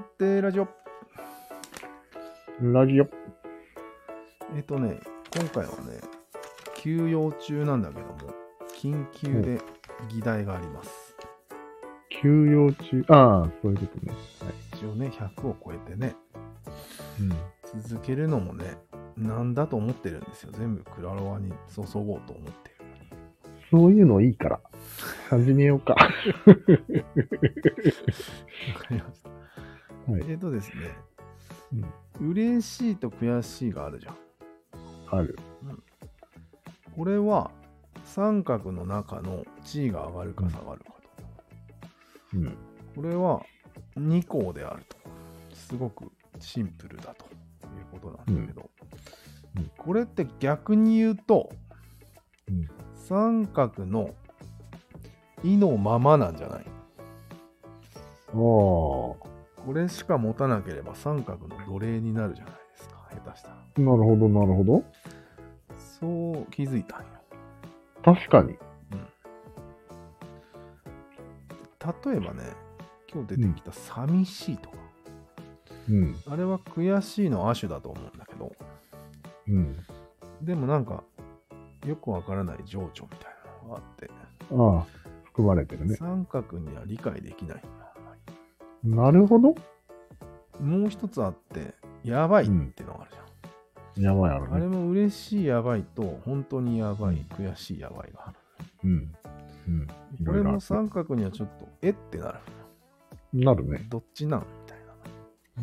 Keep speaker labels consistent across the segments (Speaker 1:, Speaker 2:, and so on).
Speaker 1: ってラジオ。
Speaker 2: ラジオ。
Speaker 1: えっとね、今回はね、休養中なんだけども、緊急で議題があります。
Speaker 2: 休養中。ああ、そういうことね。はい。
Speaker 1: 一応ね、100を超えてね、
Speaker 2: うん。
Speaker 1: 続けるのもね、なんだと思ってるんですよ。全部クラロワに注ごうと思ってるのに。
Speaker 2: そういうのいいから。始めようか。
Speaker 1: わかりました。
Speaker 2: はい
Speaker 1: えっとですね、嬉しいと悔しいがあるじゃん。
Speaker 2: ある。
Speaker 1: これは三角の中の地位が上がるか下がるかと。
Speaker 2: うん。
Speaker 1: これは2項であると。すごくシンプルだということなんだけど、
Speaker 2: うんうん
Speaker 1: これって逆に言うと、
Speaker 2: うん
Speaker 1: 三角の意のままなんじゃない
Speaker 2: あ
Speaker 1: これしか持たなければ三角の奴隷になるじゃないですか下手したら
Speaker 2: あ。なるほど、なるほど。
Speaker 1: そう気づいたんよ
Speaker 2: 確かに。
Speaker 1: 例えばね今日出てきた「寂しい」とか、
Speaker 2: うん。
Speaker 1: あれは悔しいの亜種だと思うんだけど
Speaker 2: うん。
Speaker 1: でもなんかよくわからない情緒みたいなのがあって、
Speaker 2: ああ、含まれてるね。
Speaker 1: 三角には理解できないんだあんま
Speaker 2: なるほど。
Speaker 1: りもう一つあってやばいってのがあるじゃん、
Speaker 2: やばいあ
Speaker 1: あれ
Speaker 2: るね。
Speaker 1: も嬉しいやばいと本当にやばい悔しいやばいがある
Speaker 2: うん。うん。い
Speaker 1: こ
Speaker 2: ろ
Speaker 1: れ
Speaker 2: いろ
Speaker 1: も
Speaker 2: ある
Speaker 1: 三角にはちょっとえってなる
Speaker 2: なるね。
Speaker 1: どっちなんみたいな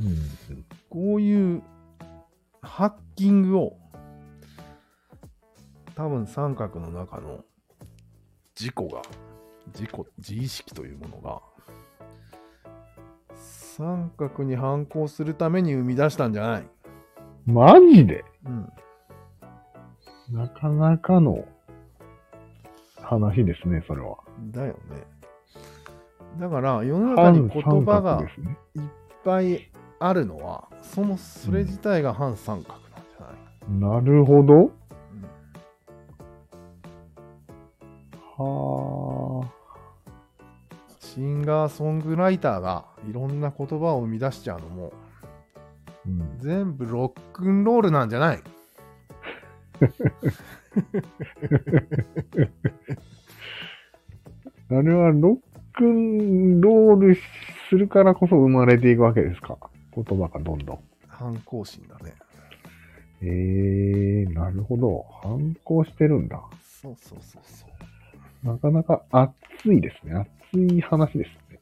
Speaker 2: うん。
Speaker 1: こういうハッキングを多分三角の中の自己が自己自意識というものが三角に反抗するために生み出したんじゃない、
Speaker 2: マジで
Speaker 1: うん、
Speaker 2: なかなかの話ですね、それは。
Speaker 1: だよねだから世の中に言葉が
Speaker 2: 反三角ですね。
Speaker 1: いっぱいあるのはそもそれ自体が反三角なんじゃない、
Speaker 2: なるほど。
Speaker 1: うん
Speaker 2: はあ。
Speaker 1: シンガーソングライターがいろんな言葉を生み出しちゃうのも
Speaker 2: うん、
Speaker 1: 全部ロックンロールなんじゃない
Speaker 2: あれはロックンロールするからこそ生まれていくわけですか言葉がどんどん。
Speaker 1: 反抗心だね。
Speaker 2: えー、なるほど。反抗してるんだ。
Speaker 1: そうそうそうそう。
Speaker 2: なかなか熱いですね。熱い話ですね。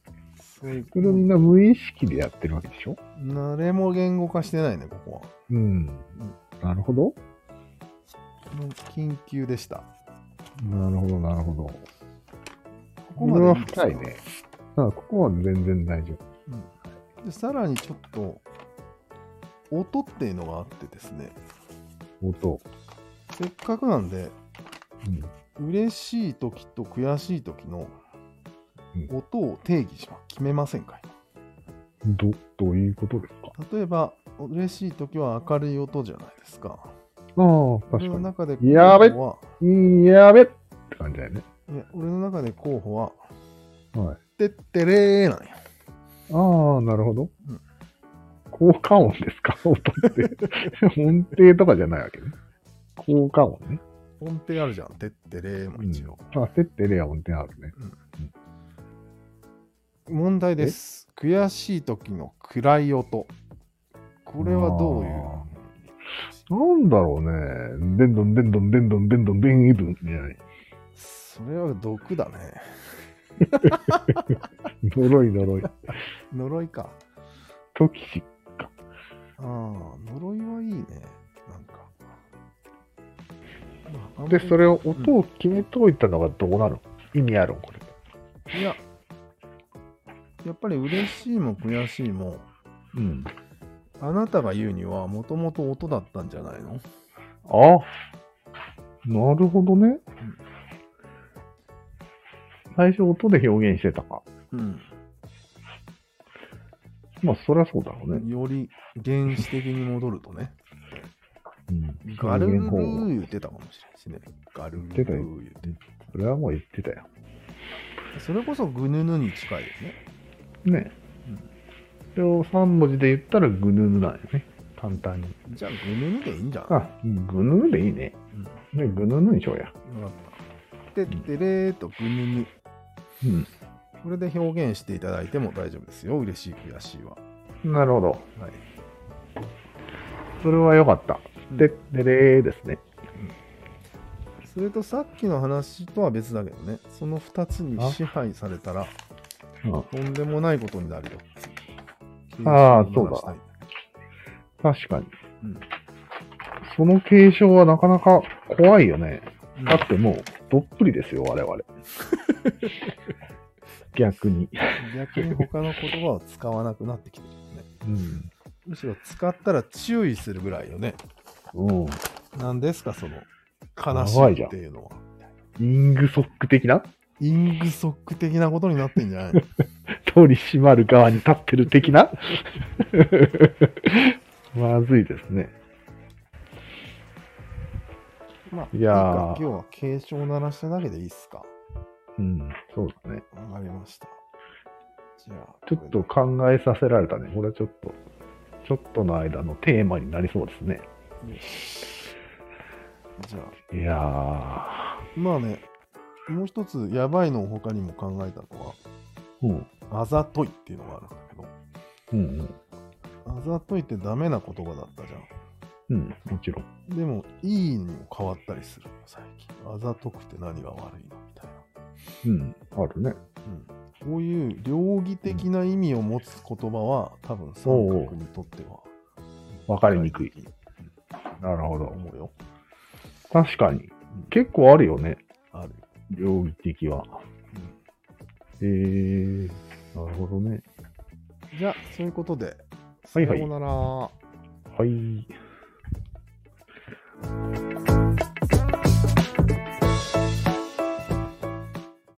Speaker 1: そういう
Speaker 2: それをみんな無意識でやってるわけでしょ
Speaker 1: 誰も言語化してないね、ここは。
Speaker 2: うん。なるほど。
Speaker 1: 緊急でした。
Speaker 2: なるほど、なるほど。
Speaker 1: こ
Speaker 2: これは
Speaker 1: んですか
Speaker 2: 深いね。あここは全然大丈夫。
Speaker 1: でさらにちょっと、音っていうのがあってですね、
Speaker 2: 音。
Speaker 1: せっかくなんで、
Speaker 2: うん。
Speaker 1: 嬉しい時と悔しい時の
Speaker 2: うん
Speaker 1: 音を定義しま、決めませんかい
Speaker 2: ど、どういうことですか
Speaker 1: 例えば、嬉しい時は明るい音じゃないですか。
Speaker 2: ああ、
Speaker 1: 俺
Speaker 2: 確
Speaker 1: の中
Speaker 2: か
Speaker 1: で
Speaker 2: やべっ
Speaker 1: 候補は
Speaker 2: に。やべって感じだよね。
Speaker 1: いや、俺の中で候補は、
Speaker 2: はい。
Speaker 1: てってれーなんや。
Speaker 2: ああ、なるほど
Speaker 1: うん。
Speaker 2: 効果音ですか音って。音程とかじゃないわけね。効果音ね。
Speaker 1: 音程あるじゃん。てってれーも一応。
Speaker 2: うん。あ、設定レア音程あるね。
Speaker 1: 問題です。悔しい時の暗い音。これはどういう
Speaker 2: あなんだろうね。でんどんでんどんでんどんでんどんでんいぶんじゃない。
Speaker 1: それは毒だね。
Speaker 2: 呪い呪い。
Speaker 1: 呪いか。
Speaker 2: トキシ。
Speaker 1: ああ、呪いはいいね。なんか。まああんまり
Speaker 2: で、それを音を決めといたのがどうなる意味あるのこれ。
Speaker 1: いや、やっぱり嬉しいも悔しいも、
Speaker 2: うん。
Speaker 1: あなたが言うにはもともと音だったんじゃないの
Speaker 2: あなるほどね。最初音で表現してたか。
Speaker 1: うん。
Speaker 2: まあ、そりゃそうだろうね。
Speaker 1: より原始的に戻るとね。
Speaker 2: うん
Speaker 1: ガルル
Speaker 2: 人間方
Speaker 1: ー
Speaker 2: 法
Speaker 1: 言ってたかもしれんしね。ガルルー
Speaker 2: 言ってたよ
Speaker 1: 言って
Speaker 2: それはもう言ってたよ。
Speaker 1: それこそグヌヌに近いよね。
Speaker 2: ね。応3文字で言ったらぐぬぬなんよね。簡単に。
Speaker 1: じゃあ、ぐぬぬでいいんじゃん。
Speaker 2: あ、ぐぬぬでいいね。
Speaker 1: うん。わか
Speaker 2: ね、ぐぬぬにしようや。
Speaker 1: った。で、でれーっとぐぬぬ。
Speaker 2: う
Speaker 1: これで表現していただいても大丈夫ですよ。嬉しい、悔しいは。
Speaker 2: ん。なるほど。
Speaker 1: はい。
Speaker 2: それは良かった。で
Speaker 1: う、
Speaker 2: でれーですね。
Speaker 1: それとさっきの話とは別だけどね、その2つに支配されたら、
Speaker 2: うん
Speaker 1: とんでもないことになるよ。
Speaker 2: ああ
Speaker 1: 警鐘を鳴らしたい。
Speaker 2: 確かに。
Speaker 1: うん
Speaker 2: その継承はなかなか怖いよね。
Speaker 1: うん
Speaker 2: だってもう、どっぷりですよ、我 々。逆に。
Speaker 1: 逆に他の言葉を使わなくなってきてるよね。
Speaker 2: うん。
Speaker 1: むしろ使ったら注意するぐらいよね。
Speaker 2: うん。
Speaker 1: 何ですか、その、悲
Speaker 2: やばい
Speaker 1: し
Speaker 2: じ
Speaker 1: い
Speaker 2: ゃ
Speaker 1: っ
Speaker 2: ん
Speaker 1: ていうのは。
Speaker 2: イングソック的な
Speaker 1: イングソック的なことになってんじ ゃない
Speaker 2: 取り締まる側に立ってる的なまずいですね。
Speaker 1: まあ、
Speaker 2: いやー
Speaker 1: いいか今日は警鐘を鳴らしただけでいいっすか。
Speaker 2: うん、そうだね。
Speaker 1: わかりました。じゃあ、
Speaker 2: ちょっと考えさせられたね。これはちょっと、ちょっとの間のテーマになりそうですね。
Speaker 1: じゃあ、
Speaker 2: いやー。
Speaker 1: まあね、もう一つ、やばいのを他にも考えたのは、
Speaker 2: うん。
Speaker 1: あざといっていうのがあるんだけど、
Speaker 2: うんうん。
Speaker 1: あざといってダメな言葉だったじゃ
Speaker 2: うん、もちろん。
Speaker 1: ん。でも、いいにも変わったりする、最近。あざとくて何が悪いのみたいな。
Speaker 2: うん、あるね。
Speaker 1: うん。こういう両義的な意味を持つ言葉は、多分、三角にとっては。
Speaker 2: わかりにくい
Speaker 1: い。
Speaker 2: なるほど。
Speaker 1: 思うよ。
Speaker 2: 確かに
Speaker 1: ん。
Speaker 2: 結構あるよね。
Speaker 1: ある。
Speaker 2: 両義的は。えー、なるほどね。
Speaker 1: うんじゃあ、そういうことで、
Speaker 2: はいはい
Speaker 1: さようなら。
Speaker 2: はい。